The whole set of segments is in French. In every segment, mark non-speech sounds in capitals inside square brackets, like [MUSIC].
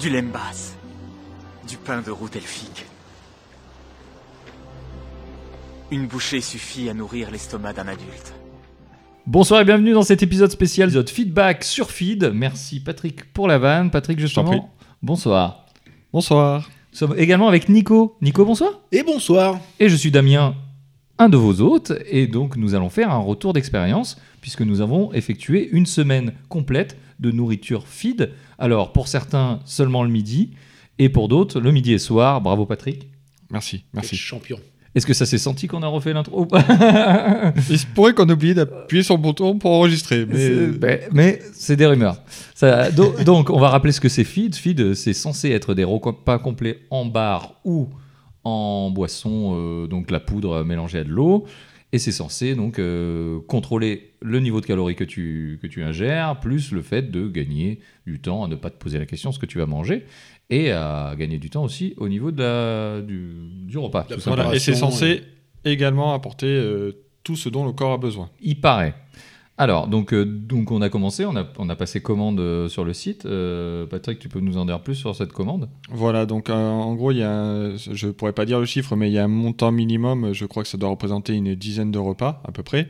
du lembas, du pain de route elfique. Une bouchée suffit à nourrir l'estomac d'un adulte. Bonsoir et bienvenue dans cet épisode spécial, épisode feedback sur feed. Merci Patrick pour la vanne. Patrick, justement. prie. Bonsoir. Bonsoir. Nous sommes également avec Nico. Nico, bonsoir. Et bonsoir. Et je suis Damien, un de vos hôtes. Et donc, nous allons faire un retour d'expérience puisque nous avons effectué une semaine complète de nourriture feed. Alors, pour certains, seulement le midi. Et pour d'autres, le midi et soir. Bravo Patrick. Merci, Quel merci. Champion. Est-ce que ça s'est senti qu'on a refait l'intro ou pas Il se pourrait qu'on oublie Euh, d'appuyer sur le bouton pour enregistrer, mais euh, C'est- ben, Mais, mais c'est des rumeurs. Ça- [LAUGHS] do- donc, on va rappeler ce que c'est feed. Feed, euh, c'est censé être des repas complets en bar ou en boisson, euh, donc la poudre mélangée à de l'eau. Et c'est censé donc euh, contrôler le niveau de calories que tu, que tu ingères, plus le fait de gagner du temps à ne pas te poser la question ce que tu vas manger, et à gagner du temps aussi au niveau de la, du, du repas. La tout simplement. voilà. Et c'est préparation, censé également apporter euh, tout ce dont le corps a besoin. Il paraît. Alors, donc, euh, donc on a commencé, on a, on a passé commande euh, sur le site. Euh, Patrick, tu peux nous en dire plus sur cette commande Voilà, donc euh, en gros, il y a un- je pourrais pas dire le chiffre, mais il y a un montant minimum. Je crois que ça doit représenter une dizaine de repas à peu près,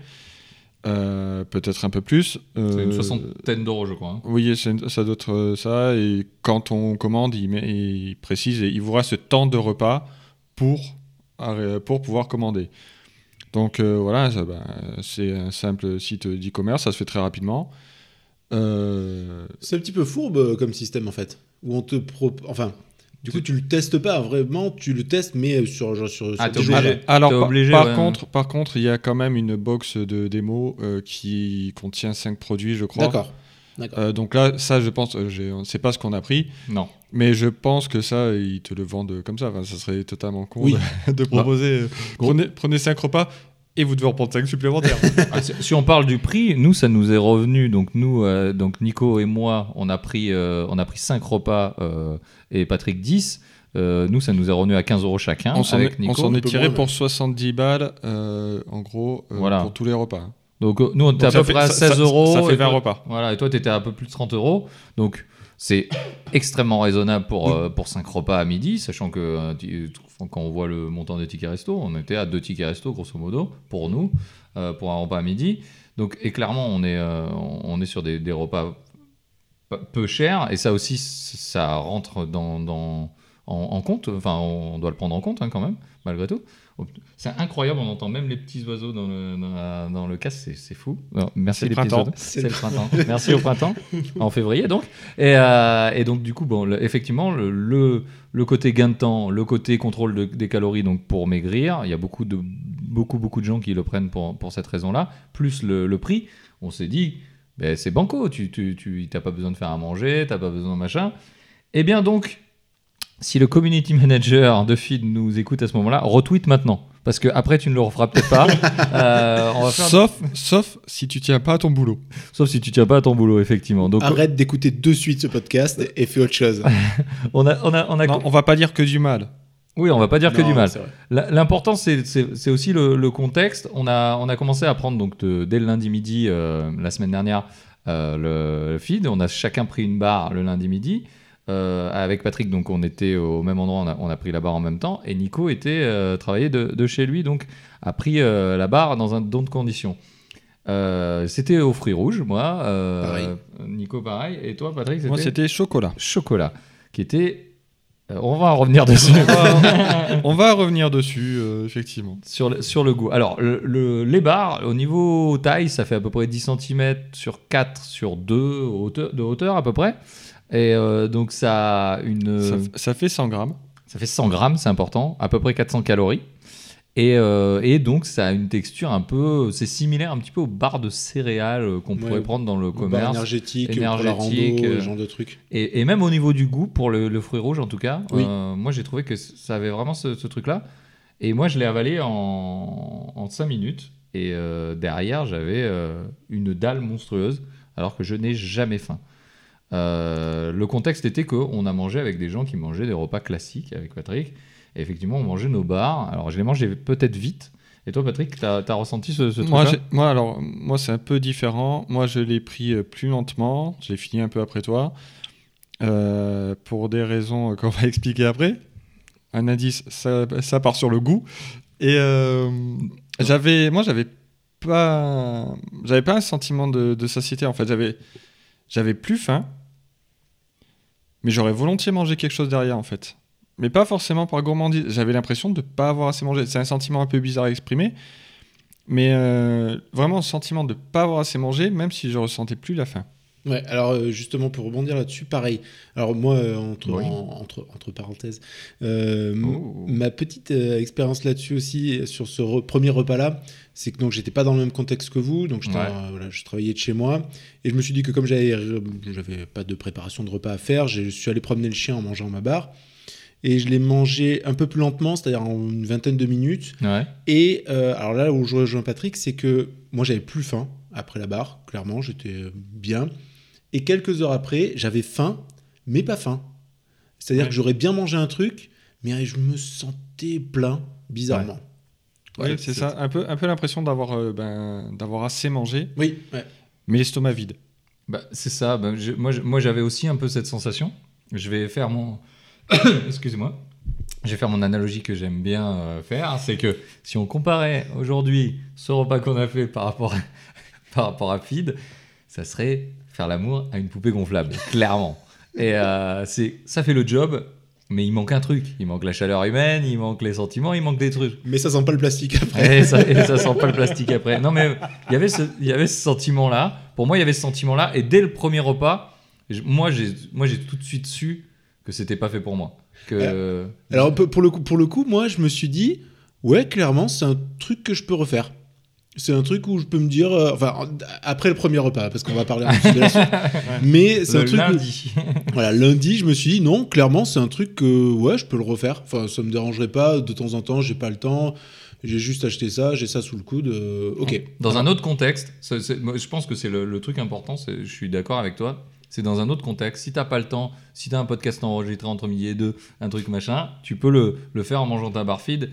Euh, peut-être un peu plus. C'est Euh, une soixantaine d'euros, je crois. hein. Oui, c'est- ça doit être euh, ça. Et quand on commande, il, met- il précise et il vous reste tant de repas pour, arrê- pour pouvoir commander. Donc euh, voilà, ça, ben, c'est un simple site d'e-commerce, ça se fait très rapidement. Euh, C'est un petit peu fourbe euh, comme système en fait. Où on te pro... Enfin, du coup, tu le testes pas vraiment, tu le testes, mais euh, sur, genre, sur, Ah, sur t'es des jours. obligé. alors- alors, T'es par, obligé, par ouais. contre, par contre, il y a quand même une box de démo euh, qui contient 5 produits, je crois. D'accord. Euh, donc là, ça, je pense, euh, j'ai- on ne sait pas ce qu'on a pris, Non. mais je pense que ça, ils te le vendent comme ça. Enfin, ça serait totalement con Oui. de, de proposer. euh, Prenez, prenez 5 repas et vous devez en prendre 5 supplémentaires. Ah, si si on parle du prix, nous, ça nous est revenu. Donc, nous, euh, donc Nico et moi, on a pris, euh, on a pris 5 repas euh, et Patrick 10. Euh, nous, ça nous est revenu à 15 euros chacun [LAUGHS] on s'en Ah, avec est, on Nico. s'en est peu tiré moins, pour mais- 70 balles, euh, en gros, euh, Voilà. pour tous les repas. Donc, euh, nous, on était à Donc, ça peu fait- près à ça- ça- 16 euros. Ça fait et 20 toi- repas. Voilà, et toi, tu étais à un peu plus de 30 euros. Donc, c'est extrêmement raisonnable pour, euh, pour 5 repas à midi, sachant que euh, tu- quand on voit le montant des tickets resto, on était à 2 tickets resto, grosso modo, pour nous, euh, pour un repas à midi. Donc, et clairement, on est, euh, on est sur des, des repas p- peu chers, et ça aussi, c- ça rentre dans, dans- en, en compte. Enfin, on doit le prendre en compte hein, quand même, malgré tout. C'est incroyable, on entend même les petits oiseaux dans le, dans la- dans le casque, c'est- c'est fou. Alors, merci C'est le les petits printemps. oiseaux. C'est le [LAUGHS] printemps. Merci au printemps, en février donc. Et, euh, et donc du coup, bon, le- effectivement, le, le, le côté gain de temps, le côté contrôle de- des calories donc pour maigrir, il y a beaucoup de, beaucoup, beaucoup de gens qui le prennent pour, pour cette raison-là, plus le, le prix, on s'est dit, ben, c'est banco, tu n'as tu, tu- t'as pas besoin de faire à manger, tu pas besoin de machin. Eh bien donc, si le community manager de Feed nous écoute à ce moment-là, retweet maintenant. Parce que après, tu ne le referas peut-être pas. Euh, on va faire- sauf... Sauf, sauf si tu tiens pas à ton boulot. si tu tiens pas à ton boulot, effectivement. Donc, Arrête d'écouter de suite ce podcast et fais [LAUGHS] autre chose. on a, on a, on a- Non, on va pas dire que du mal. Oui, on va pas dire que Non, du mal. c'est vrai. La- L'important, c'est- c'est c'est aussi le, le contexte. On a, on a commencé à prendre, donc, de- dès le lundi midi, euh, la semaine dernière, euh, le, le feed. On a chacun pris une barre le lundi midi. Euh, avec Patrick, donc, on était au même endroit, on a, on a pris la barre en même temps. Et Nico était euh, travaillé de, de chez lui, donc, a pris euh, la barre dans un don de condition. Euh, c'était au fruits rouge, moi. euh, Pareil. Nico, pareil. Et toi, Patrick, Moi, c'était c'était chocolat. chocolat, qui était. euh, on va en revenir dessus. on, va, on va revenir dessus, euh, effectivement. Sur le, sur le goût. Alors, le, le- les barres, au niveau taille, ça fait à peu près 10 cm sur 4 sur 2 hauteur, de hauteur à peu près. Et euh, donc, ça a une. Ça, Ça, ça fait 100 grammes. fait 100 grammes, c'est important, à peu près 400 calories. Et, euh, et donc, ça a une texture un peu. C'est similaire un petit peu aux barres de céréales euh, qu'on Ouais, pourrait prendre dans le Barre commerce. énergétique, énergétique, pour la rando, euh, ce genre de truc. Et, et même au niveau du goût, pour le, le fruit rouge en tout cas, Oui. euh, moi j'ai trouvé que c- ça avait vraiment ce, ce truc-là. Et moi je l'ai avalé en, 5 minutes. Et euh, derrière, j'avais euh, une dalle monstrueuse, alors que je n'ai jamais faim. Euh, le contexte était qu'on a mangé avec des gens qui mangeaient des repas classiques avec Patrick. Et effectivement, on mangeait nos bars. Alors je les mangeais peut-être vite. Et toi, Patrick, t'as as ressenti ce, ce Moi, truc-là j'ai- moi, alors, moi, c'est un peu différent. Moi, je l'ai pris euh, plus lentement. Je l'ai fini un peu après toi. euh, pour des raisons [LAUGHS] qu'on va expliquer après. Un indice, ça, ça part sur le goût. Et euh, j'avais, moi, j'avais pas, j'avais pas un sentiment de, de satiété. En fait, j'avais, j'avais plus faim, mais j'aurais volontiers mangé quelque chose derrière, en fait. Mais pas forcément par gourmandise. J'avais l'impression de pas avoir assez mangé. C'est un sentiment un peu bizarre à exprimer, mais euh, vraiment un sentiment de pas avoir assez mangé, même si je ressentais plus la faim. Ouais, alors euh, justement pour rebondir là-dessus, pareil. Alors moi, euh, entre, Oui. en- entre, entre parenthèses, euh, m- Oh. ma petite euh, expérience là-dessus aussi, euh, sur ce re- premier repas-là, c'est que donc j'étais pas dans le même contexte que vous, donc j'étais, Ouais. euh, voilà, je travaillais de chez moi, et je me suis dit que comme j'avais, euh, j'avais pas de préparation de repas à faire, je suis allé promener le chien en mangeant ma barre, et je l'ai mangé un peu plus lentement, c'est-à-dire en une vingtaine de minutes, Ouais. et euh, alors là où je rejoins Patrick, c'est que moi j'avais plus faim après la barre, clairement, j'étais euh, bien. Et quelques heures après, j'avais faim, mais pas faim. C'est-à-dire Ouais. que j'aurais bien mangé un truc, mais je me sentais plein, bizarrement. Oui, Voilà, c'est ça. Un peu, un peu l'impression d'avoir, euh, ben, d'avoir assez mangé, Oui, ouais. mais l'estomac vide. Bah, c'est ça. bah, je- moi, je- moi, j'avais aussi un peu cette sensation. Je vais faire mon. [COUGHS] Excusez-moi. Je vais faire mon analogie que j'aime bien euh, faire. C'est que si on comparait aujourd'hui ce repas qu'on a fait par rapport à, [LAUGHS] par rapport à Feed, ça serait faire l'amour à une poupée gonflable, [LAUGHS] clairement. Et euh, c'est, ça fait le job, mais il manque un truc. Il manque la chaleur humaine, il manque les sentiments, il manque des trucs. Mais ça sent pas le plastique [LAUGHS] après. Et ça, et ça sent pas le plastique après. Non, mais il y avait ce, il y avait ce sentiment-là. Pour moi, il y avait ce sentiment-là. Et dès le premier repas, je- moi, j'ai, moi, j'ai tout de suite su que c'était pas fait pour moi. Que Alors pour pour le, coup, pour le coup, moi je me suis dit, ouais, clairement, c'est un truc que je peux refaire. C'est un truc où je peux me dire, euh, enfin, en- après le premier repas, parce qu'on va parler un petit peu de la suite. Mais c'est le un truc où- lundi. Voilà, lundi, je me suis dit non, clairement, c'est un truc que ouais, je peux le refaire. Enfin, ça me dérangerait pas de temps en temps, j'ai pas le temps, j'ai juste acheté ça, j'ai ça sous le coude. euh, ok. Dans un autre contexte, ça, c'est- moi, je pense que c'est le, le truc important. c'est- Je suis d'accord avec toi. C'est dans un autre contexte. Si t'as pas le temps, si t'as un podcast enregistré entre midi et deux, un truc machin, tu peux le, le faire en mangeant ta barre feed.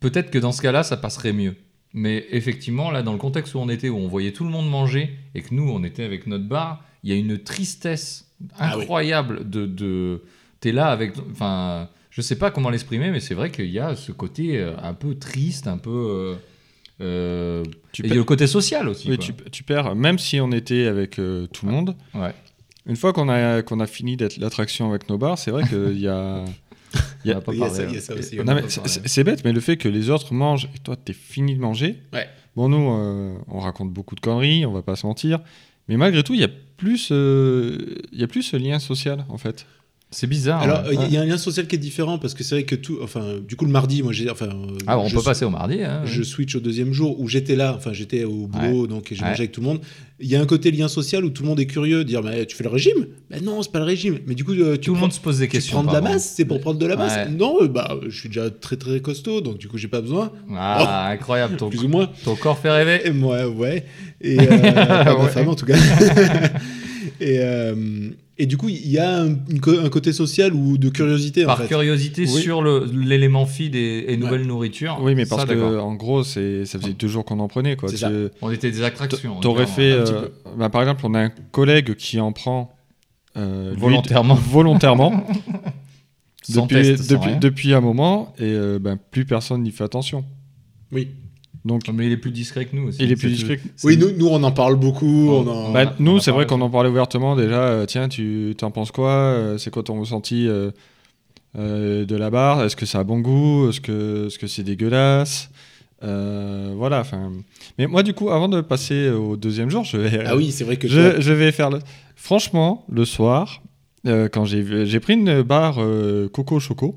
Peut-être que dans ce cas-là, ça passerait mieux. Mais effectivement, là, dans le contexte où on était, où on voyait tout le monde manger et que nous, on était avec notre bar, il y a une tristesse Ah oui. incroyable de. de T'es là avec. Enfin, je sais pas comment l'exprimer, mais c'est vrai qu'il y a ce côté euh, un peu triste, un peu. euh, euh, Tu et il y a perds- le côté social aussi. oui, quoi. tu, tu perds, même si on était avec euh, tout le monde. Ouais. Une fois qu'on a, qu'on a fini d'être l'attraction avec nos bars, c'est vrai qu'il y a. Il y [LAUGHS] a- On a pas il y parlé, a ça- il y a hein. ça aussi, Et- ouais. Non, on a mais pas c'est- parlé. c'est c'est bête, mais le fait que les autres mangent et toi, t'es fini de manger. Ouais. Bon, nous, euh, on raconte beaucoup de conneries, on va pas se mentir. Mais malgré tout, il y a plus, euh, il y a plus ce lien social, en fait. C'est bizarre. Alors, euh, hein. il y a un lien social qui est différent parce que c'est vrai que tout, enfin, du coup, le mardi, moi, j'ai, enfin, euh, Ah, on je peut sou- passer au mardi. hein, oui. Je switch au deuxième jour où j'étais là, enfin j'étais au boulot, donc et j'ai Ouais. mangé avec tout le monde. Il y a un côté lien social où tout le monde est curieux, dire mais tu fais le régime Ben non, c'est pas le régime. Mais du coup, euh, tu Tout le prends- monde se pose des tu questions. prends de la pardon. masse, c'est pour prendre de la masse. Ouais. Non, euh, bah je suis déjà très très costaud, donc du coup j'ai pas besoin, Ah, Oh. incroyable. Ton, plus ou moins. ton corps fait rêver. Et moi, ouais. Et [LAUGHS] euh, pas ma Ouais. femme, en tout cas. [LAUGHS] et, euh, et du coup, il y a un, une co- un côté social ou de curiosité, en Par fait. curiosité Oui. sur le- l'élément feed et, et nouvelle nourriture. Oui, mais Ça, parce que, d'accord. en gros, c'est- ça faisait deux jours qu'on en prenait, quoi. C'est Tu- ça. On était des attractions. T'aurais clairement. fait. un petit euh, bah, par exemple, on a un collègue qui en prend. euh, lui- Volontairement. [LAUGHS] volontairement. [LAUGHS] Sans depuis, test, sans depuis, rien. depuis un moment, et euh, ben, plus personne n'y fait attention. Oui, Donc, Mais il est plus discret que nous aussi. il C'est est plus tout. discret. que- oui nous, nous, on en parle beaucoup. On- On en... Bah, on a- on nous, a c'est parlé vrai qu'on en parlait ouvertement déjà. euh, tiens, tu t'en penses quoi Euh, C'est quoi ton ressenti euh, euh, de la barre Est-ce que ça a bon goût Est-ce que est-ce que c'est dégueulasse Euh, Voilà. Enfin, mais moi, du coup, avant de passer au deuxième jour, je vais. ah oui, c'est vrai que Je, je vais faire le. Franchement, le soir, euh, quand j'ai vu- j'ai pris une barre euh, coco choco,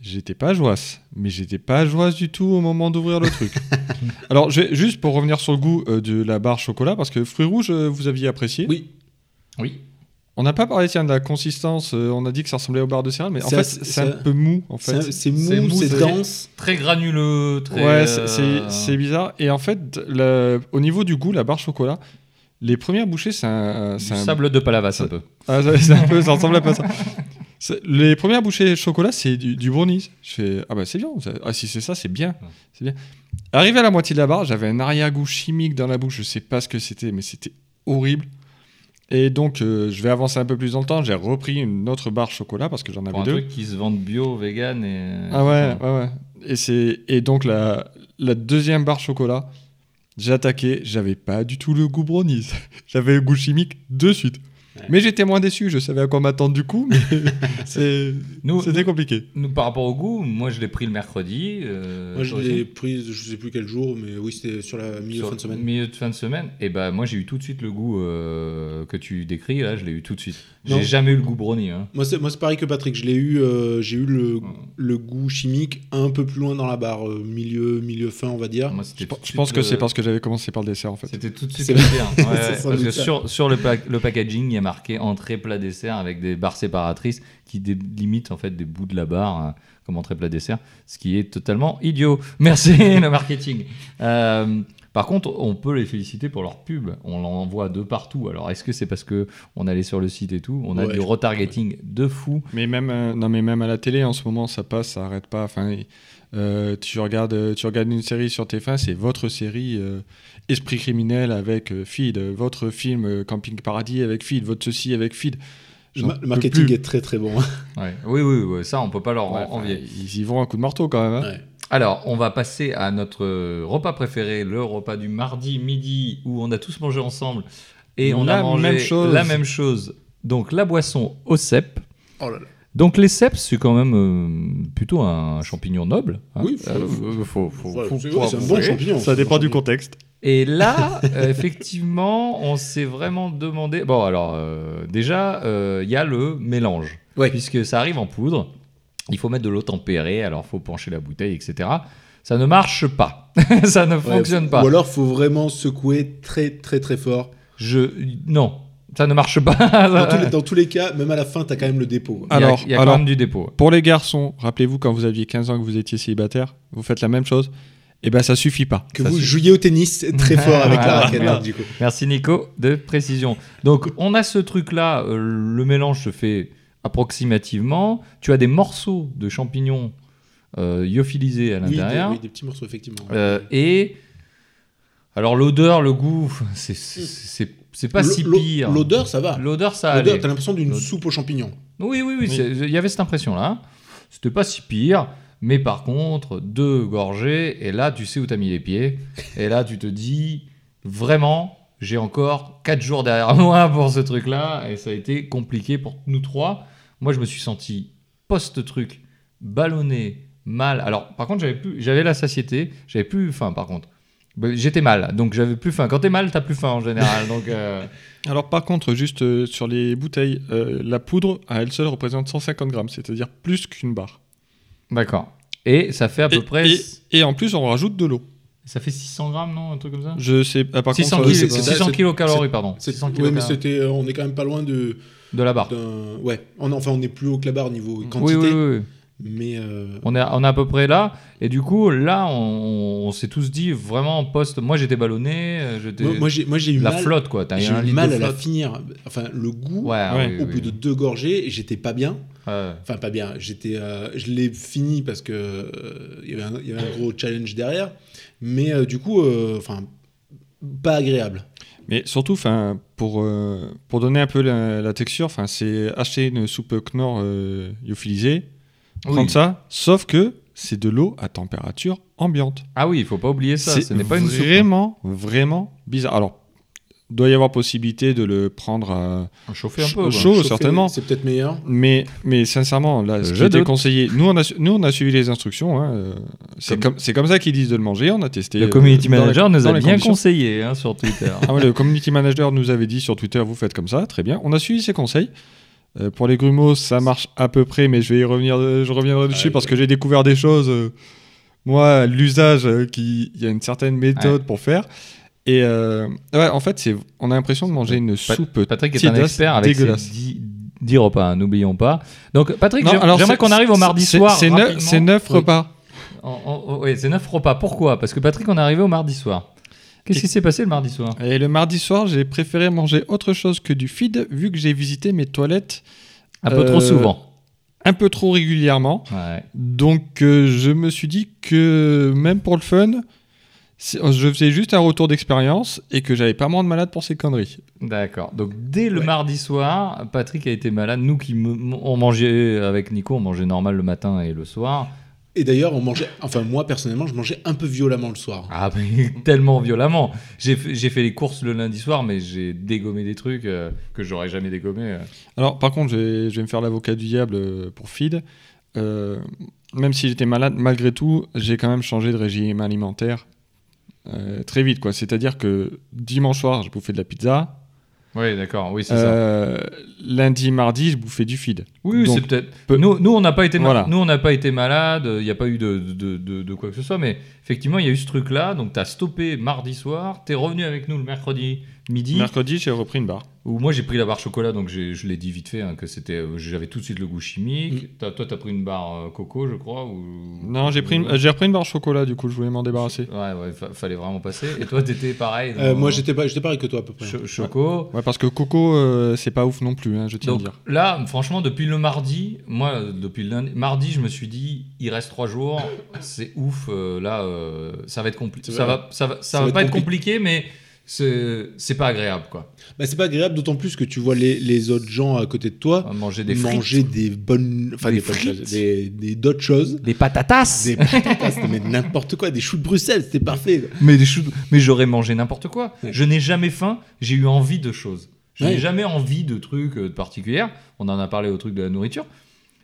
j'étais pas joisse, mais j'étais pas joisse du tout au moment d'ouvrir le truc. Alors, je vais- juste pour revenir sur le goût euh, de la barre chocolat, parce que fruits rouges, euh, vous aviez apprécié. Oui. Oui. On n'a pas parlé tiens de la consistance. euh, on a dit que ça ressemblait aux barres de céréales, mais en C'est fait, assez- c'est c'est un un- peu mou en c'est fait. c'est c'est mou, mou, c'est c'est- dense. Très granuleux. Très, Ouais, c'est- euh, c'est c'est bizarre. Et en fait, le- au niveau du goût, la barre chocolat, les premières bouchées, c'est un, du c'est un sable de palavas un peu. Ah, ça, c'est un peu, ça ressemble à pas ça. C'est- Les premières bouchées de chocolat, c'est du, du brownies. Je fais, ah bah c'est bien. ça- Ah si c'est ça, c'est bien. Ouais. C'est bien. Arrivé à la moitié de la barre, j'avais un arrière-goût chimique dans la bouche. Je sais pas ce que c'était, mais c'était horrible. Et donc, euh, je vais avancer un peu plus dans le temps. J'ai repris une autre barre chocolat parce que j'en Pour avais un deux. truc qui se vende bio, vegan et. Ah ouais, ouais, ouais. Et, c'est... et donc, la, la deuxième barre chocolat, j'ai attaqué. J'avais pas du tout le goût brownies. [LAUGHS] J'avais le goût chimique de suite. Ouais. Mais j'étais moins déçu. Je savais à quoi m'attendre du coup. Mais c'est... Nous, c'était compliqué. nous, par rapport au goût, moi je l'ai pris le mercredi. euh, Moi, je toi l'ai aussi prise, je sais plus quel jour, mais oui, c'était sur la milieu Sur- fin de semaine. Milieu de fin de semaine. Et bah, moi j'ai eu tout de suite le goût euh, que tu décris, là, je l'ai eu tout de suite. Non. J'ai jamais eu le goût brownie. hein. Moi, c'est moi, c'est pareil que Patrick. Je l'ai eu, euh, j'ai eu le, le goût chimique un peu plus loin dans la barre, euh, milieu, milieu fin, on va dire. Moi, c'était Je, tout de je suite pense que le- c'est parce que j'avais commencé par le dessert en fait. C'était tout de suite C'est le pire. Ouais, ouais, C'est sans parce doute que ça. sur, sur le, pack- le packaging, il y a marqué entrée, plat, dessert avec des barres séparatrices qui délimitent en fait des bouts de la barre euh, comme entrée, plat, dessert, ce qui est totalement idiot. [LAUGHS] Merci le marketing. Euh, par contre, on peut les féliciter pour leur pub. On l'en voit de partout. Alors, est-ce que c'est parce que on allait sur le site et tout On a Ouais, du je- retargeting de fou. Mais même, euh, non, mais même à la télé, en ce moment, ça passe, ça arrête pas. Enfin, et, euh, tu, regardes, euh, tu regardes une série sur TF1, c'est votre série euh, Esprit criminel avec euh, Feed, euh, votre film euh, Camping Paradis avec Feed, votre ceci avec Feed. Le J'en ma- le peux marketing plus. est très très [LAUGHS] bon. Ouais. Oui, oui, oui, ça, on peut pas leur Ouais, en- enfin, envier. ils y vont un coup de marteau quand même. hein. Ouais. Alors, on va passer à notre euh, repas préféré, le repas du mardi midi, où on a tous mangé ensemble et on a La mangé même chose. la même chose. Donc, la boisson au cèpe. Oh là là. Donc, les cèpes, c'est quand même euh, plutôt un champignon noble. hein. Oui, faut- faut- faut- faut- Ouais, faut- c'est faut ouais, c'est un avouer. bon champignon. Ça c'est un dépend du champignon. contexte. Et là, euh, [LAUGHS] effectivement, on s'est vraiment demandé. Bon, alors, euh, déjà, euh, il y a le mélange. Ouais. Puisque ça arrive en poudre, il faut mettre de l'eau tempérée, alors faut pencher la bouteille, etc. Ça ne marche pas. [LAUGHS] ça ne Ouais, fonctionne pas. Ou alors, faut vraiment secouer très très très fort. Je. Non, ça ne marche pas. [LAUGHS] Dans, tous les, dans tous les cas, même à la fin, t'as quand même le dépôt. hein. Il y a- Alors, il y a, alors. quand même du dépôt. Pour les garçons, rappelez-vous quand vous aviez 15 ans que vous étiez célibataire, vous faites la même chose. Et ben ça suffit pas. Que ça vous suffit. jouiez au tennis très fort avec Ah, la raquette, merde. hein, du coup. Merci Nico de précision. Donc on a ce truc là, le mélange se fait approximativement. Tu as des morceaux de champignons euh, lyophilisés à Oui, des, l'intérieur. oui, des petits morceaux, effectivement. Euh, et alors l'odeur, le goût, c'est- c'est c'est- c'est pas L'o- si l'o- pire. L'odeur, ça va. L'odeur, ça L'odeur, allait. t'as l'impression d'une L'odeur. soupe aux champignons. Oui, oui, oui, Oui. c'est- il y avait cette impression-là. C'était pas si pire, mais par contre, deux gorgées, et là, tu sais où t'as mis les pieds. Et là, tu te dis, vraiment, j'ai encore quatre jours derrière [LAUGHS] moi pour ce truc-là, et ça a été compliqué pour nous trois. Moi, je me suis senti post-truc, ballonné, mal. Alors, par contre, j'avais plus, j'avais la satiété, j'avais plus faim, par contre. Ben, J'étais mal, donc j'avais plus faim. Quand t'es mal, t'as plus faim en général. Donc, [LAUGHS] euh, Alors par contre, juste euh, sur les bouteilles, euh, la poudre à elle seule représente 150 grammes, c'est-à-dire plus qu'une barre. d'accord. Et ça fait à peu et, près. et- et en plus, on rajoute de l'eau. Ça fait 600 grammes, non Un truc comme ça Je sais. ah, par 600, contre, kg, euh, kilo- c'est- 600 c'est- kilocalories, pardon. C'est- 600 ouais, mais kilocalories c'était, euh, on est quand même pas loin de, de la barre. d'un- ouais, on, enfin, on est plus haut que la barre niveau Oui, quantité, oui, oui. oui. mais euh, On est, à- on est à peu près là. Et du coup, là, on, on s'est tous dit vraiment en poste. Moi, j'étais ballonné. euh, j'étais- moi, moi, j'ai, moi, j'ai eu la mal, flotte, quoi. T'as eu j'ai un eu litre mal de à la flotte. finir, enfin le goût. hein, Ouais, ah Ouais. oui, Au oui, bout de oui. deux gorgées, j'étais pas bien. Ouais. Enfin, pas bien. J'étais, euh, je l'ai fini parce que euh, il y, avait un- il y avait un gros challenge derrière. Mais euh, du coup, euh, enfin, pas agréable. euh, Mais surtout, 'fin, pour, euh, pour donner un peu la, la texture, 'fin, c'est acheter une soupe Knorr euh, lyophilisée, prendre Oui. ça, sauf que c'est de l'eau à température ambiante. Ah oui, il faut pas oublier ça. Ce n'est pas une soupe. hein. vraiment, vraiment bizarre. Alors, doit y avoir possibilité de le prendre à... Chauffer un Ch- peu. quoi. chaud. Oh, Chauffer, certainement. C'est peut-être meilleur. Mais, mais sincèrement, là, ce Je qui était doute. conseillé, nous on, a, su- nous on a suivi les instructions, hein, euh, c'est Comme- comme, c'est comme ça qu'ils disent de le manger, on a testé. Le euh, community dans la- manager nous dans a les bien conditions. conseillé hein, sur [LAUGHS] Twitter. Ah ouais, le community manager nous avait dit sur Twitter, vous faites comme ça, très bien. On a suivi ses conseils. Euh, pour les grumeaux, ça marche à peu près, mais je vais y revenir, euh, je reviendrai dessus ouais. parce que j'ai découvert des choses. euh, moi, l'usage, euh, qui, il y a une certaine méthode pour faire. Et euh, ouais, en fait, c'est, on a l'impression de manger une soupe euh, Patrick est un tiédasse expert avec ses dégueulasse. 10, repas, hein, n'oublions pas. Donc, Patrick, Non, j'ai- alors, j'aimerais c'est- qu'on arrive au mardi c'est- soir. C'est, neuf- rapidement. c'est neuf Oui. repas. En- en- oui, c'est neuf repas. Pourquoi Parce que Patrick, on est arrivé au mardi soir. Qu'est-ce Et- qui s'est passé le mardi soir Et le mardi soir, j'ai préféré manger autre chose que du feed vu que j'ai visité mes toilettes Un peu Euh, trop souvent. un peu trop régulièrement. Ouais. Donc euh, je me suis dit que même pour le fun, C'est- Je faisais juste un retour d'expérience et que j'avais pas moins de malade pour ces conneries. D'accord. Donc dès le mardi soir, Patrick a été malade. Nous qui m- on mangeait avec Nico, on mangeait normal le matin et le soir. Et d'ailleurs, on mangeait. Enfin, moi personnellement, je mangeais un peu violemment le soir. Ah mais [LAUGHS] tellement violemment. J'ai fait, j'ai fait les courses le lundi soir, mais j'ai dégommé des trucs euh, que j'aurais jamais dégommé. Alors, par contre, je vais, je vais me faire l'avocat du diable euh, pour Fid. Euh, même si j'étais malade, malgré tout, j'ai quand même changé de régime alimentaire euh, très vite. quoi. C'est-à-dire que dimanche soir, je bouffais de la pizza. Oui, d'accord. Oui, c'est ça. Euh, lundi, mardi, je bouffais du Fid. Oui, oui, donc, c'est peut-être. peu- Nous, nous, on n'a pas été. ma- Voilà. Nous, on n'a pas été malade. Il n'y a pas eu de, de, de- de quoi que ce soit. Mais effectivement, il y a eu ce truc-là. Donc, t'as stoppé mardi soir. T'es revenu avec nous le mercredi midi. Mercredi, j'ai repris une barre. Où moi j'ai pris la barre chocolat, donc j'ai- je l'ai dit vite fait hein, que c'était, euh, j'avais tout de suite le goût chimique. T'as- toi t'as pris une barre euh, coco, je crois. Ou... Mm. Non, j'ai pris, une- euh, j'ai repris une barre chocolat, du coup, je voulais m'en débarrasser. Ouais, ouais, fa- fallait vraiment passer. Et toi t'étais pareil. Euh, dans- moi, j'étais pas, j'étais pareil que toi à peu près. cho- choco. Ouais, parce que Coco, euh, c'est pas ouf non plus, hein, je tiens Donc à le dire. là, franchement, depuis le mardi, moi, euh, depuis le lundi, mardi, je me suis dit, il reste trois jours, c'est ouf. euh, là, euh, ça va être compliqué. C'est Ça vrai. va, ça va, ça Ça va va pas être être compliqué, mais c'est c'est pas agréable, quoi. Bah, c'est pas agréable, d'autant plus que tu vois les, les autres gens à côté de toi Manger des frites, manger des bonnes, enfin Des des, bonnes frites. choses, des, des- d'autres choses. des patatas. Des patatas, [LAUGHS] mais n'importe quoi, des choux de Bruxelles, c'était parfait. Mais, des choses- mais j'aurais mangé n'importe quoi. Ouais. Je n'ai jamais faim, j'ai eu envie de choses. Je n'ai Ouais. jamais envie de trucs euh, de particuliers. On en a parlé au truc de la nourriture.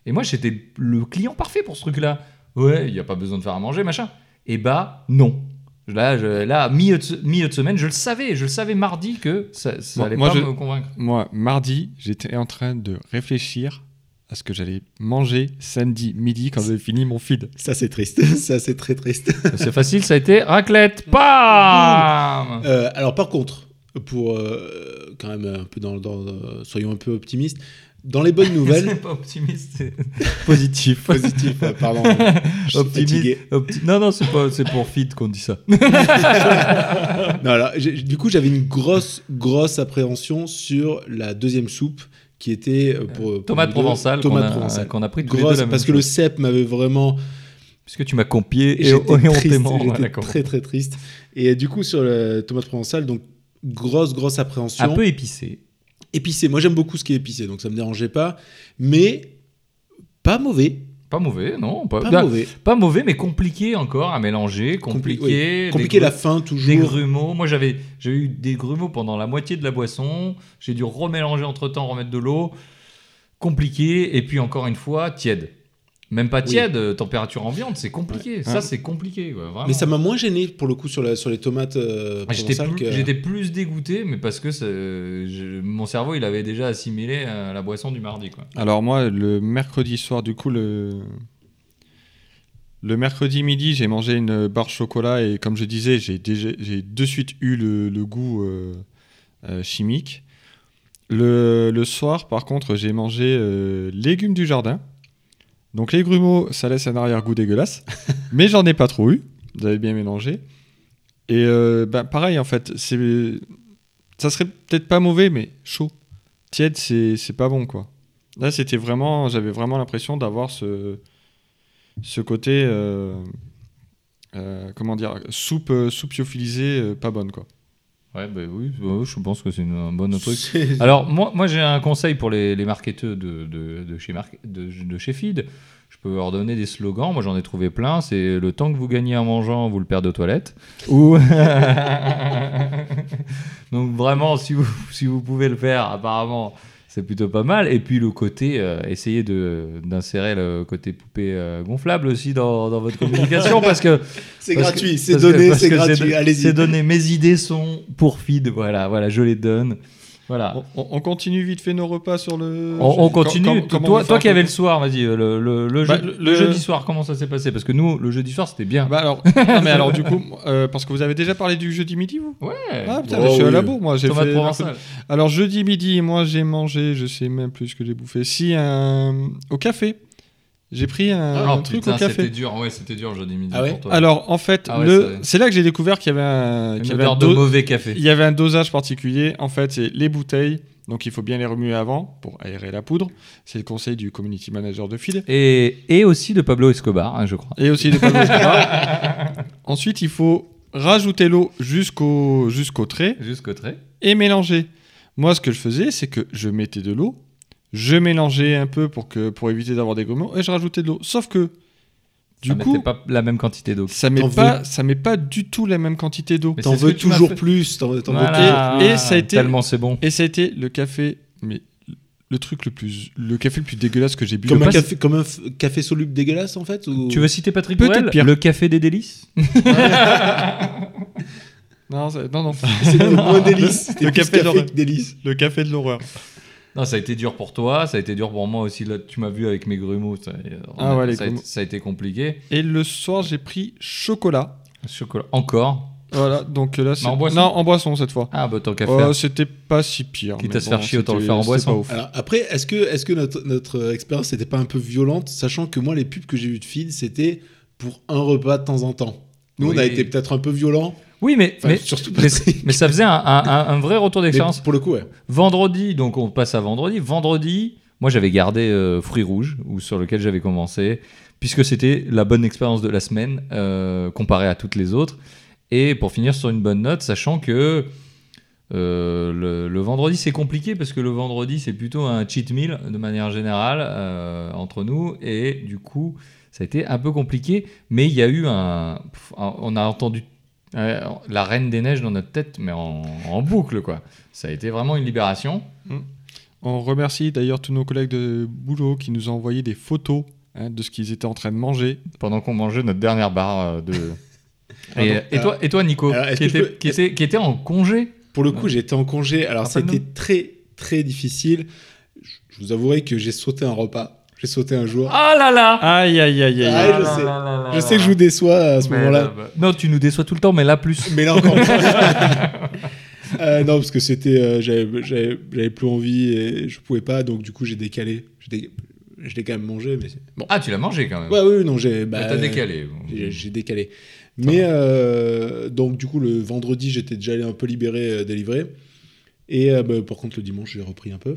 Et moi, j'étais le client parfait pour ce truc-là. Ouais, il n'y a pas besoin de faire à manger, machin. Et bah, non. Là, je, là milieu, de, se- milieu de semaine, je le savais. Je le savais mardi que ça, ça Bon, allait moi, pas je- me convaincre. Moi, mardi, j'étais en train de réfléchir à ce que j'allais manger samedi midi quand j'avais fini mon feed. Ça, c'est triste. [LAUGHS] Ça, c'est très triste. C'est facile, ça a été raclette. Bam Euh, alors, par contre, pour euh, quand même un peu dans, dans- dans- soyons un peu optimistes, dans les [LAUGHS] bonnes nouvelles, C'est pas optimiste, c'est positif. positif, euh, pardon, je [LAUGHS] suis Optimiste- fatigué. opti- Non, non, c'est pas- c'est pour Fit qu'on dit ça. Non, alors, j'ai- du coup, j'avais une grosse, grosse appréhension sur la deuxième soupe qui était euh, pour. pour Tomate nous deux, provençale qu'on Tomate a, provençale. qu'on a pris tous les deux Grosse, la même parce que le chose. CEP m'avait vraiment. Parce que tu m'as compié et, J'étais et on triste, t'aimant. j'étais voilà, quoi. très, très triste. Et euh, du coup, sur le tomate provençale, donc, grosse, grosse appréhension. Un peu épicé. épicé. Moi, j'aime beaucoup ce qui est épicé, donc ça me dérangeait pas. Mais pas mauvais. Pas mauvais, non Pas, Pas bah, mauvais. pas mauvais, mais compliqué encore à mélanger. Compli- Compliqué. oui. des Compliqué gru- la fin, Des toujours. grumeaux. Moi, j'avais j'ai eu des grumeaux pendant la moitié de la boisson. J'ai dû remélanger entre temps, remettre de l'eau. Compliqué. Et puis, encore une fois, tiède. Même pas tiède, euh, température ambiante, c'est compliqué. Ça, Ouais. c'est compliqué. quoi, vraiment. Mais ça m'a moins gêné, pour le coup, sur, la, sur les tomates euh, Ah, J'étais provençales plus, que- [LAUGHS] j'étais plus dégoûté, mais parce que ça- je- mon cerveau, il avait déjà assimilé euh, la boisson du mardi. Quoi. Alors moi, le mercredi soir, du coup, le, le mercredi midi, j'ai mangé une barre chocolat et comme je disais, j'ai déjà- j'ai de suite eu le, le goût euh, euh, chimique. Le, le soir, par contre, j'ai mangé euh, légumes du jardin. Donc les grumeaux, ça laisse un arrière-goût dégueulasse, [LAUGHS] mais j'en ai pas trop eu. J'avais bien mélangé. Et euh, bah, pareil, en fait, c'est ça serait peut-être pas mauvais, mais chaud. Tiède, c'est c'est pas bon, quoi. Là, c'était vraiment, j'avais vraiment l'impression d'avoir ce, ce côté, euh, euh, comment dire, soupe, euh, soupe lyophilisée, euh, pas bonne, quoi. Ouais, bah oui, bah, je pense que c'est une- un bon truc. C'est- Alors, moi, moi j'ai un conseil pour les, les marketeurs de, de, de chez Marque- de, de chez Feed. Je peux leur donner des slogans. Moi, j'en ai trouvé plein. C'est le temps que vous gagnez en mangeant, vous le perdez aux toilettes. Ou. [LAUGHS] Donc, vraiment, si vous, si vous pouvez le faire, apparemment, c'est plutôt pas mal. Et puis, le côté, euh, essayez de- d'insérer le côté poupée euh, gonflable aussi dans, dans votre communication. parce que [LAUGHS] C'est parce gratuit, que- c'est parce que- donné, parce c'est que gratuit, don- allez-y. C'est donné, mes idées sont pour feed, voilà, voilà, je les donne. Voilà. On, on- on continue vite fait nos repas sur le. Ah. On, on Quand- continue. quand- toi comment on toi, fait toi qui un peu avais le soir, vas-y, euh, le, le, le, Bah, je- le le- jeudi soir, comment ça s'est passé Parce que nous, le jeudi soir, c'était bien. [LAUGHS] Bah alors, non, mais alors du coup, euh, parce que vous avez déjà parlé du jeudi midi, vous ouais. Ah putain, Oh, mais je suis à oui. la bourre, moi. j'ai Tomate fait- provençale. Alors jeudi midi, moi j'ai mangé, je sais même plus ce que j'ai bouffé. Si un au café, j'ai pris un, Ah, truc putain, au café. c'était dur. Ouais, c'était dur jeudi midi Ah ouais pour toi. Alors en fait, Ah ouais, le- c'est vrai. c'est là que j'ai découvert qu'il y avait un, une qu'il y avait odeur un de do- mauvais café. il y avait un dosage particulier. En fait, c'est les bouteilles, donc il faut bien les remuer avant pour aérer la poudre. C'est le conseil du community manager de Fid. Et, et aussi de Pablo Escobar, hein, je crois. [LAUGHS] Et aussi de Pablo Escobar. Ensuite, il faut rajoutez l'eau jusqu'au jusqu'au trait Jusqu'au trait. et mélanger. Moi, ce que je faisais, c'est que je mettais de l'eau, je mélangeais un peu pour, que, pour éviter d'avoir des gommons, et je rajoutais de l'eau. Sauf que, du ça mettait coup, Ah, pas la même quantité d'eau. ça met T'en pas, ça met pas du tout la même quantité d'eau. Mais T'en c'est ce veux que tu m'as toujours fait. plus. T'en t'en veux Voilà. plus. et ça a été- Tellement c'est bon. Et ça a été le café, mais le truc le plus, le café le plus dégueulasse que j'ai bu. Comme Le un, pas- café, comme un f- café soluble dégueulasse en fait ou... Tu [LAUGHS] veux citer Patrick Peut-être Bruel pire. Le café des délices Non, ça- non, non. C'était moins délice. C'était Le plus café d'horreur. que délice. le café de l'horreur. Non, ça a été dur pour toi, ça a été dur pour moi aussi. Là, tu m'as vu avec mes grumeaux. Ça, euh, Ah ouais, les ça, a, grumeaux. été- ça a été compliqué. Et le soir, j'ai pris chocolat. Chocolat. Encore. Voilà, donc euh, là, c'est. en boisson. Non, en boisson cette fois. Ah, bah tant qu'à Euh, faire. c'était pas si pire. Quitte mais à se faire chier, autant le c'était- faire en c'était boisson. pas ouf. Alors après, est-ce que, est que notre, notre euh, expérience n'était pas un peu violente, sachant que moi, les pubs que j'ai eues de feed, c'était pour un repas de temps en temps. Nous, on a Oui. été peut-être un peu violent. Oui, mais, Enfin, mais, surtout mais, [LAUGHS] Patrick. mais ça faisait un, un- un- un vrai retour Mais d'expérience. pour le coup, ouais. Vendredi, donc on passe à vendredi. Vendredi, moi j'avais gardé euh, Fruits Rouges, ou sur lequel j'avais commencé, puisque c'était la bonne expérience de la semaine euh, comparée à toutes les autres. Et pour finir sur une bonne note, sachant que euh, le, le vendredi c'est compliqué parce que le vendredi c'est plutôt un cheat meal de manière générale euh, entre nous et du coup ça a été un peu compliqué mais il y a eu un, pff, un- on a entendu euh, la reine des neiges dans notre tête mais en, en boucle quoi ça a été vraiment une libération On remercie d'ailleurs tous nos collègues de boulot qui nous ont envoyé des photos hein, de ce qu'ils étaient en train de manger. pendant qu'on mangeait notre dernière barre euh, de et, Pardon. et toi et toi Nico Alors, est-ce qui que je était, peux- qui était qui était en congé Pour le coup, j'étais en congé. Alors, Rappelle-nous. c'était très, très difficile. Je je vous avouerai que j'ai sauté un repas. J'ai sauté un jour. ah là là Aïe, aïe, aïe, aïe. Ah, aïe. je sais. je sais que je vous déçois à ce moment-là. non tu nous déçois tout le temps mais là plus Mais là encore. plus. [LAUGHS] Euh, non, parce que c'était, euh, j'avais- j'avais j'avais plus envie et je pouvais pas, donc du coup j'ai décalé. Je l'ai- je l'ai quand même mangé, mais c'est- bon. ah tu l'as mangé quand même Ouais, oui, non, j'ai. bah, Mais t'as décalé J'ai j'ai décalé. Mais euh, donc, du coup, le vendredi, j'étais déjà allé un peu libéré, euh, délivré. Et euh, bah, par contre, le dimanche, j'ai repris un peu.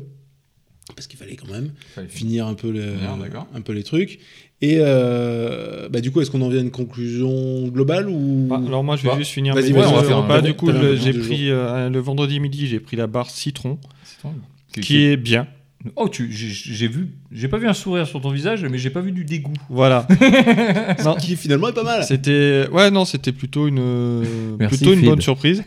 Parce qu'il fallait quand même Fallait finir. finir un peu, le- Bien, Ah, d'accord. un peu les trucs. Et euh, bah, du coup, est-ce qu'on en vient à une conclusion globale ou... Bah, alors moi je vais Bah, juste finir mes vas-y, vas-y, deux on va faire un repas. petit Du bon- coup t'as le- un j'ai bon du pris euh, le vendredi midi j'ai pris la barre citron C'est ton- qui est bien. oh tu j'ai- j'ai vu j'ai pas vu un sourire sur ton visage mais j'ai pas vu du dégoût [LAUGHS] Voilà. non, Qui finalement est pas mal. c'était ouais non c'était plutôt une Merci, plutôt une Fid. bonne surprise. [LAUGHS]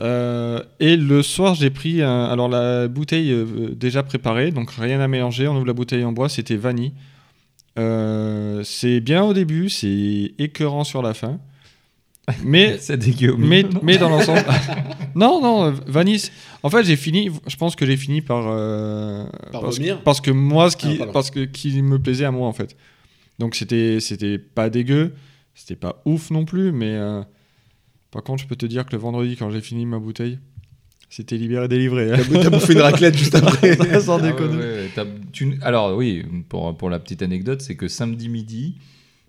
Euh, et le soir j'ai pris un- alors la bouteille euh, déjà préparée donc rien à mélanger on ouvre la bouteille en bois c'était vanille. Euh, c'est bien au début c'est écœurant sur la fin. Mais [LAUGHS] c'est dégueu au milieu, mais, non mais [LAUGHS] dans l'ensemble. [LAUGHS] non, non, euh, Vanis. En fait, j'ai fini. Je pense que j'ai fini par. euh, Par parce, vomir parce que moi, ce qui, Ah, pardon. parce que qui me plaisait à moi, en fait. Donc c'était, c'était pas dégueu. C'était pas ouf non plus, mais. euh, par contre, je peux te dire que le vendredi, quand j'ai fini ma bouteille, c'était libéré, délivré. T'as bou- T'as bouffé une raclette [LAUGHS] juste après. Sans Ah ouais, déconner. ouais, ouais, t'as- tu- Alors oui, pour, pour la petite anecdote, c'est que samedi midi,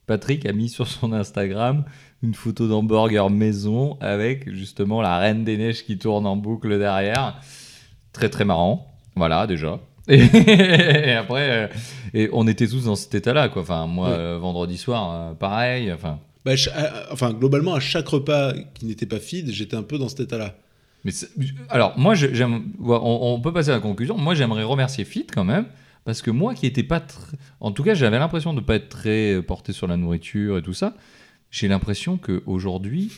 Patrick a mis sur son Instagram une photo d'hamburger maison avec justement la Reine des Neiges qui tourne en boucle derrière. Très très marrant, voilà déjà. [LAUGHS] Et, et après, euh, et on était tous dans cet état-là, quoi. Enfin, moi, Oui. euh, vendredi soir, euh, pareil. Enfin, Bah, ch- à- à- enfin, globalement, à chaque repas qui n'était pas feed, j'étais un peu dans cet état-là. mais c'est- alors moi, je- j'aime. ouais, On, on peut passer à la conclusion. Moi, j'aimerais remercier Fit quand même. Parce que moi qui n'étais pas tr- En tout cas, j'avais l'impression de ne pas être très euh, porté sur la nourriture et tout ça. J'ai l'impression qu'aujourd'hui,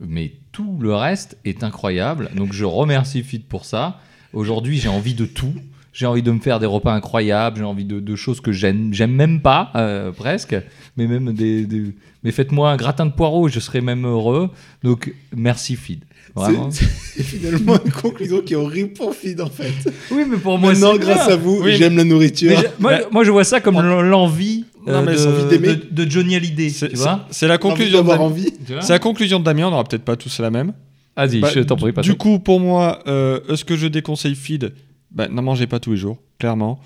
mais tout le reste est incroyable. Donc je remercie Fit pour ça. Aujourd'hui, j'ai envie de tout. J'ai envie de me faire des repas incroyables. J'ai envie de, de choses que j'aime j'aime même pas, euh, presque. Mais même des. des- Mais faites-moi un gratin de poireaux, je serai même heureux. Donc merci Fit. Vraiment. C'est c'est [LAUGHS] finalement une conclusion qui est horrible pour feed, en fait. Oui, mais pour moi, Maintenant, c'est grâce bien. à vous, Oui, j'aime la nourriture. Mais je- moi, Ouais. moi, je vois ça comme On- l'en- l'envie Non, euh, mais c'est envie de, d'aimer. de- de Johnny Hallyday, C'est, tu vois. c'est- c'est la conclusion. de d'avoir Damien. envie. C'est la conclusion de Damien. On n'aura peut-être pas tous la même. Vas-y, Bah, je t'en prie, pas Du coup, pour moi, euh, est-ce que je déconseille feed bah, N'en mangez pas tous les jours, clairement.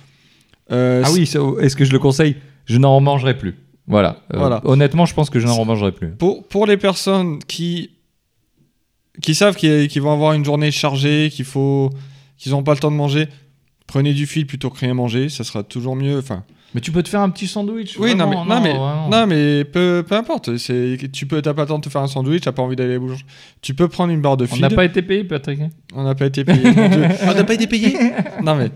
Euh, Ah oui, c'est- est-ce que je le conseille Je n'en mangerai plus. Voilà. Euh, Voilà. Honnêtement, je pense que je n'en mangerai plus. Pour, pour les personnes qui, qui savent qu'ils qu'ils vont avoir une journée chargée, qu'il faut, qu'ils n'ont pas le temps de manger, Prenez du fil plutôt que rien manger, ça sera toujours mieux. Enfin, Mais tu peux te faire un petit sandwich. oui, non, mais, vraiment, non, mais, vraiment. non, mais peu, peu importe. C'est, tu peux, t'as pas le temps de te faire un sandwich, t'as pas envie d'aller à la boulangerie. Tu peux prendre une barre de On fil. n'a pas été payé, Patrick. On n'a pas été payé. [LAUGHS] mon Dieu. Ah, on n'a pas été payé [LAUGHS] non mais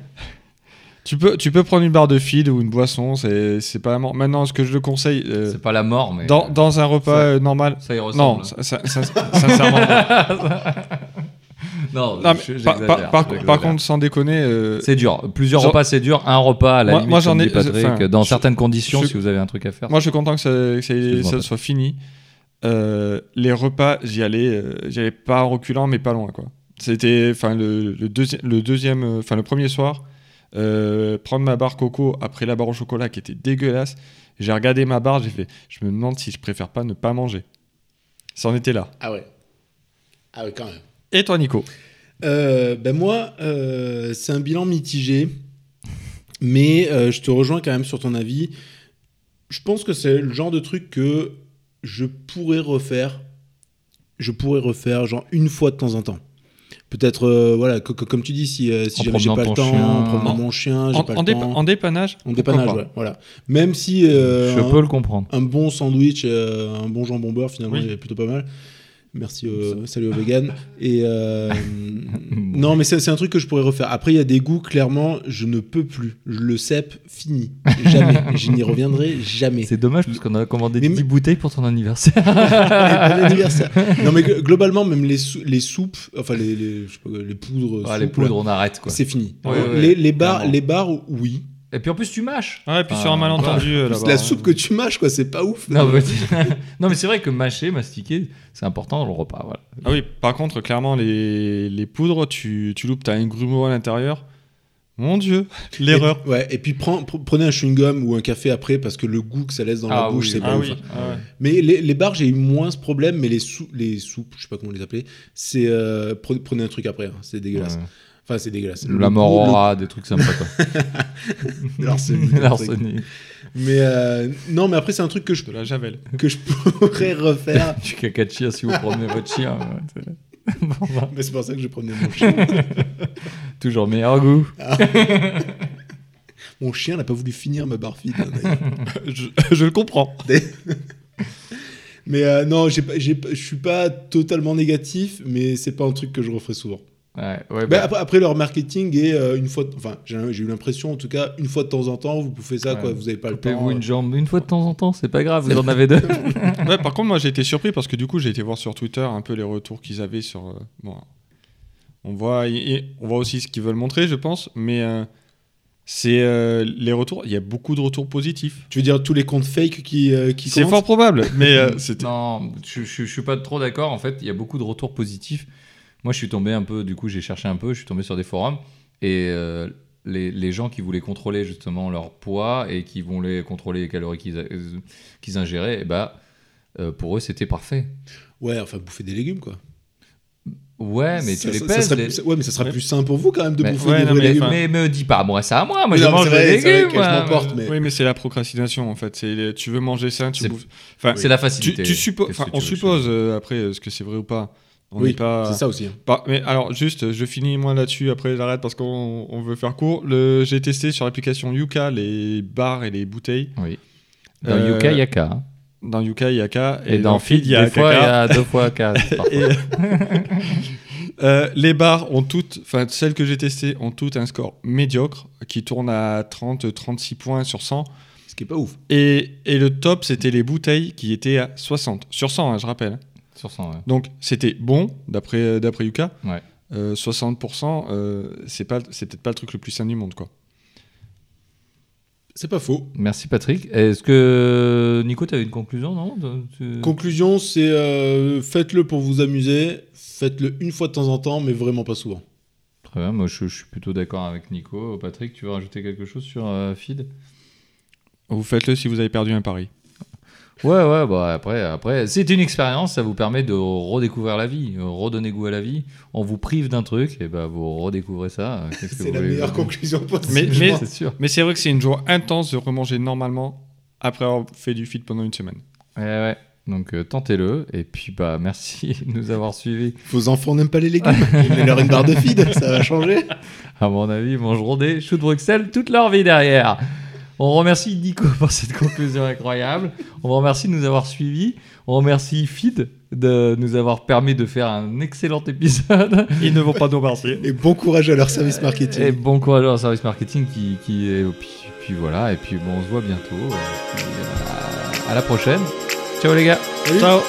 tu peux, tu peux prendre une barre de feed ou une boisson, c'est c'est pas la mort. Maintenant, ce que je le conseille euh, C'est pas la mort, mais. dans, dans un repas Ça- euh, normal. Ça y ressemble. Non, ça- ça- ça- sincèrement. non. Non, je- Non, mais par, j'exagère, par- par- j'exagère. par contre, sans déconner, euh, c'est dur. Plusieurs Genre- repas, c'est dur. Un repas, à la Moi- limite, moi, comme j'en ai- dit Patrick, enfin, dans je- certaines conditions, je- si vous avez un truc à faire. moi je suis content que ça, que ça- Excuse-moi, ça Patrick. soit fini. Euh, les repas, j'y allais, euh, j'y allais pas en reculant, mais pas loin quoi. C'était, enfin le, le, deuxi- le deuxième, euh, enfin le premier soir, euh, prendre ma barre coco après la barre au chocolat qui était dégueulasse. J'ai regardé ma barre, j'ai fait, je me demande si je préfère pas ne pas manger. Ça en était là. Ah ouais. Ah ouais, quand même. Et toi, Nico Euh, ben moi, euh, c'est un bilan mitigé, mais euh, je te rejoins quand même sur ton avis. Je pense que c'est le genre de truc que je pourrais refaire. Je pourrais refaire genre une fois de temps en temps. Peut-être, euh, voilà, co- co- comme tu dis, si, euh, si En jamais j'ai pas promenant le ton temps, chien. en promenant En- mon chien, j'ai en, pas en le dé- temps. en dépannage pourquoi En dépannage, pas ouais, voilà. Même si euh, je un- peux le comprendre. un bon sandwich, euh, un bon jambon beurre finalement, Oui. il est plutôt pas mal. Merci, euh, salut aux vegan. Et [LAUGHS] euh, non, mais c'est c'est un truc que je pourrais refaire. Après, il y a des goûts, clairement, je ne peux plus. Je le cèpe, fini. Jamais. [LAUGHS] je n'y reviendrai jamais. C'est dommage parce qu'on a commandé Mais- 10 bouteilles pour ton anniversaire. Et bon anniversaire. Non, mais gl- globalement, même les, sou- les soupes, enfin les, les, je sais pas, les poudres, Ah, soupes, les poudres, là, on arrête quoi. c'est fini. Ouais, ouais, les, les bars, clairement. les bars, oui. Et puis en plus, tu mâches. Ouais, puis sur Ah, un malentendu euh, là-bas. La soupe que tu mâches, quoi, c'est pas ouf. Non, [LAUGHS] mais, [LAUGHS] non, mais c'est vrai que mâcher, mastiquer, c'est important dans le repas. Voilà. Ah oui, par contre, clairement, les, les poudres, tu, tu loupes, t'as un grumeau à l'intérieur. Mon dieu, [LAUGHS] l'erreur. Et, ouais, et puis prends- pr- prenez un chewing-gum ou un café après parce que le goût que ça laisse dans Ah la bouche, oui, c'est Ah pas ouf. oui, ah ouais. Mais les, les bars, j'ai eu moins ce problème, mais les, sou- les soupes, je sais pas comment les appeler, c'est euh, pre- prenez un truc après, hein, c'est dégueulasse. Ouais. Enfin, c'est dégueulasse. Euh, La Le- mort le- [LAUGHS] aura, des trucs sympas quoi. le- [LAUGHS] [LAUGHS] l'arsenic, le truc. L'arsenic. Mais euh, non, mais après, c'est un truc que je, de la javel. que je pourrais refaire. Du caca de chien si vous promenez votre chien. ouais, c'est- [LAUGHS] Bon, bah, mais c'est pour ça que je promenais mon chien. toujours meilleur goût. Mon chien n'a pas voulu finir ma barre vide. hein, d'ailleurs. je, [LAUGHS] je le comprends. mais euh, non, j'ai pas- j'ai pas- je suis pas totalement négatif, mais c'est pas un truc que je referai souvent. Ouais, ouais, Bah, bah, après, après, leur marketing est euh, une fois, de- enfin, j'ai j'ai eu l'impression, en tout cas, une fois de temps en temps, vous pouvez ça, Ouais. quoi, vous avez pas le temps. euh, Coupez-vous une jambe une fois de temps en temps, c'est pas grave, vous en avez deux. Ouais, par contre, moi, j'ai été surpris parce que du coup, j'ai été voir sur Twitter un peu les retours qu'ils avaient sur. euh, bon, on voit, et- et on voit aussi ce qu'ils veulent montrer, je pense, mais euh, c'est euh, les retours. Il y a beaucoup de retours positifs. Tu veux dire tous les comptes fake qui, euh, qui C'est comptent fort probable, mais [LAUGHS] euh, c'était. Non, je, je, je suis pas trop d'accord. En fait, il y a beaucoup de retours positifs. Moi, je suis tombé un peu, du coup, j'ai cherché un peu, je suis tombé sur des forums et euh, les, les gens qui voulaient contrôler justement leur poids et qui voulaient contrôler les calories qu'ils, a- euh, qu'ils ingéraient, et bah, euh, pour eux, c'était parfait. Ouais, enfin bouffer des légumes quoi. Ouais, mais ça, tu les ça- pèses. ça serait, les- plus- ouais, mais ça sera plus sain pour vous quand même de Mais- bouffer Ouais, des non, vrais Mais, légumes. enfin- mais me dis pas à moi ça à moi, moi Mais je non, mais mange c'est vrai, des c'est vrai légumes. que je moi. m'en porte, mais- Oui, mais c'est la procrastination en fait. C'est tu veux manger sain, tu C'est- bouffes. Enfin, C'est la facilité. tu, tu suppo- Qu'est-ce enfin, que tu on veux, tu suppose euh, après euh, ce que c'est vrai ou pas. On n'est oui, pas. c'est ça aussi. hein. Bah, mais alors, juste, euh, je finis moi là-dessus, après j'arrête parce qu'on on veut faire court. Le, j'ai testé sur l'application Yuka les bars et les bouteilles. veux. Oui. Dans Euh, Yuka, il y a K. hein. Dans Yuka, il y a K. Et, dans Feed, il y a Des fois, il y Kaka. a deux fois K. Et- Euh, les bars ont toutes, enfin celles que j'ai testées ont toutes un score médiocre qui tourne à 30-36 points sur 100. Ce qui est pas ouf. Et, et le top, c'était les bouteilles qui étaient à 60. Sur 100, hein, je rappelle. Sur 100, ouais. Donc c'était bon, d'après euh, d'après Yuka. Ouais. Euh, 60%, euh, c'est pas- c'est peut-être pas le truc le plus sain du monde, quoi. C'est pas faux. Merci Patrick. Est-ce que Nico, tu avais une conclusion, non Tu- Mm. tu- Conclusion, c'est euh, faites-le pour vous amuser, faites-le une fois de temps en temps, mais vraiment pas souvent. Très bien, moi je, je suis plutôt d'accord avec Nico. Patrick, tu veux rajouter quelque chose sur euh, Feed Vous faites-le si vous avez perdu un pari. Ouais, ouais, bah après, après c'est une expérience, ça vous permet de redécouvrir la vie, euh, redonner goût à la vie. On vous prive d'un truc, et bah vous redécouvrez ça. [LAUGHS] Euh, qu'est-ce que C'est vous la voulez meilleure conclusion Mais- possible. mais- je pense. C'est sûr. Mais c'est vrai que c'est une joie intense de remanger normalement après avoir fait du feed pendant une semaine. Ouais, ouais. Donc euh, tentez-le. Et puis bah [LAUGHS] merci de nous avoir suivis. Vos enfants n'aiment pas les [LAUGHS] légumes. Mets-leur une barre de feed, ça va changer. À mon avis, ils mangeront des choux de Bruxelles toute leur vie derrière. On remercie Nico pour cette conclusion incroyable. On vous remercie de nous avoir suivis. On remercie Feed de nous avoir permis de faire un excellent épisode. Ils ne vont pas nous remercier. Et bon courage à leur service marketing. Et bon courage au service marketing qui, qui est. Puis, puis voilà, et puis bon, on se voit bientôt. Et puis, à- à la prochaine. Ciao les gars. Salut. Ciao.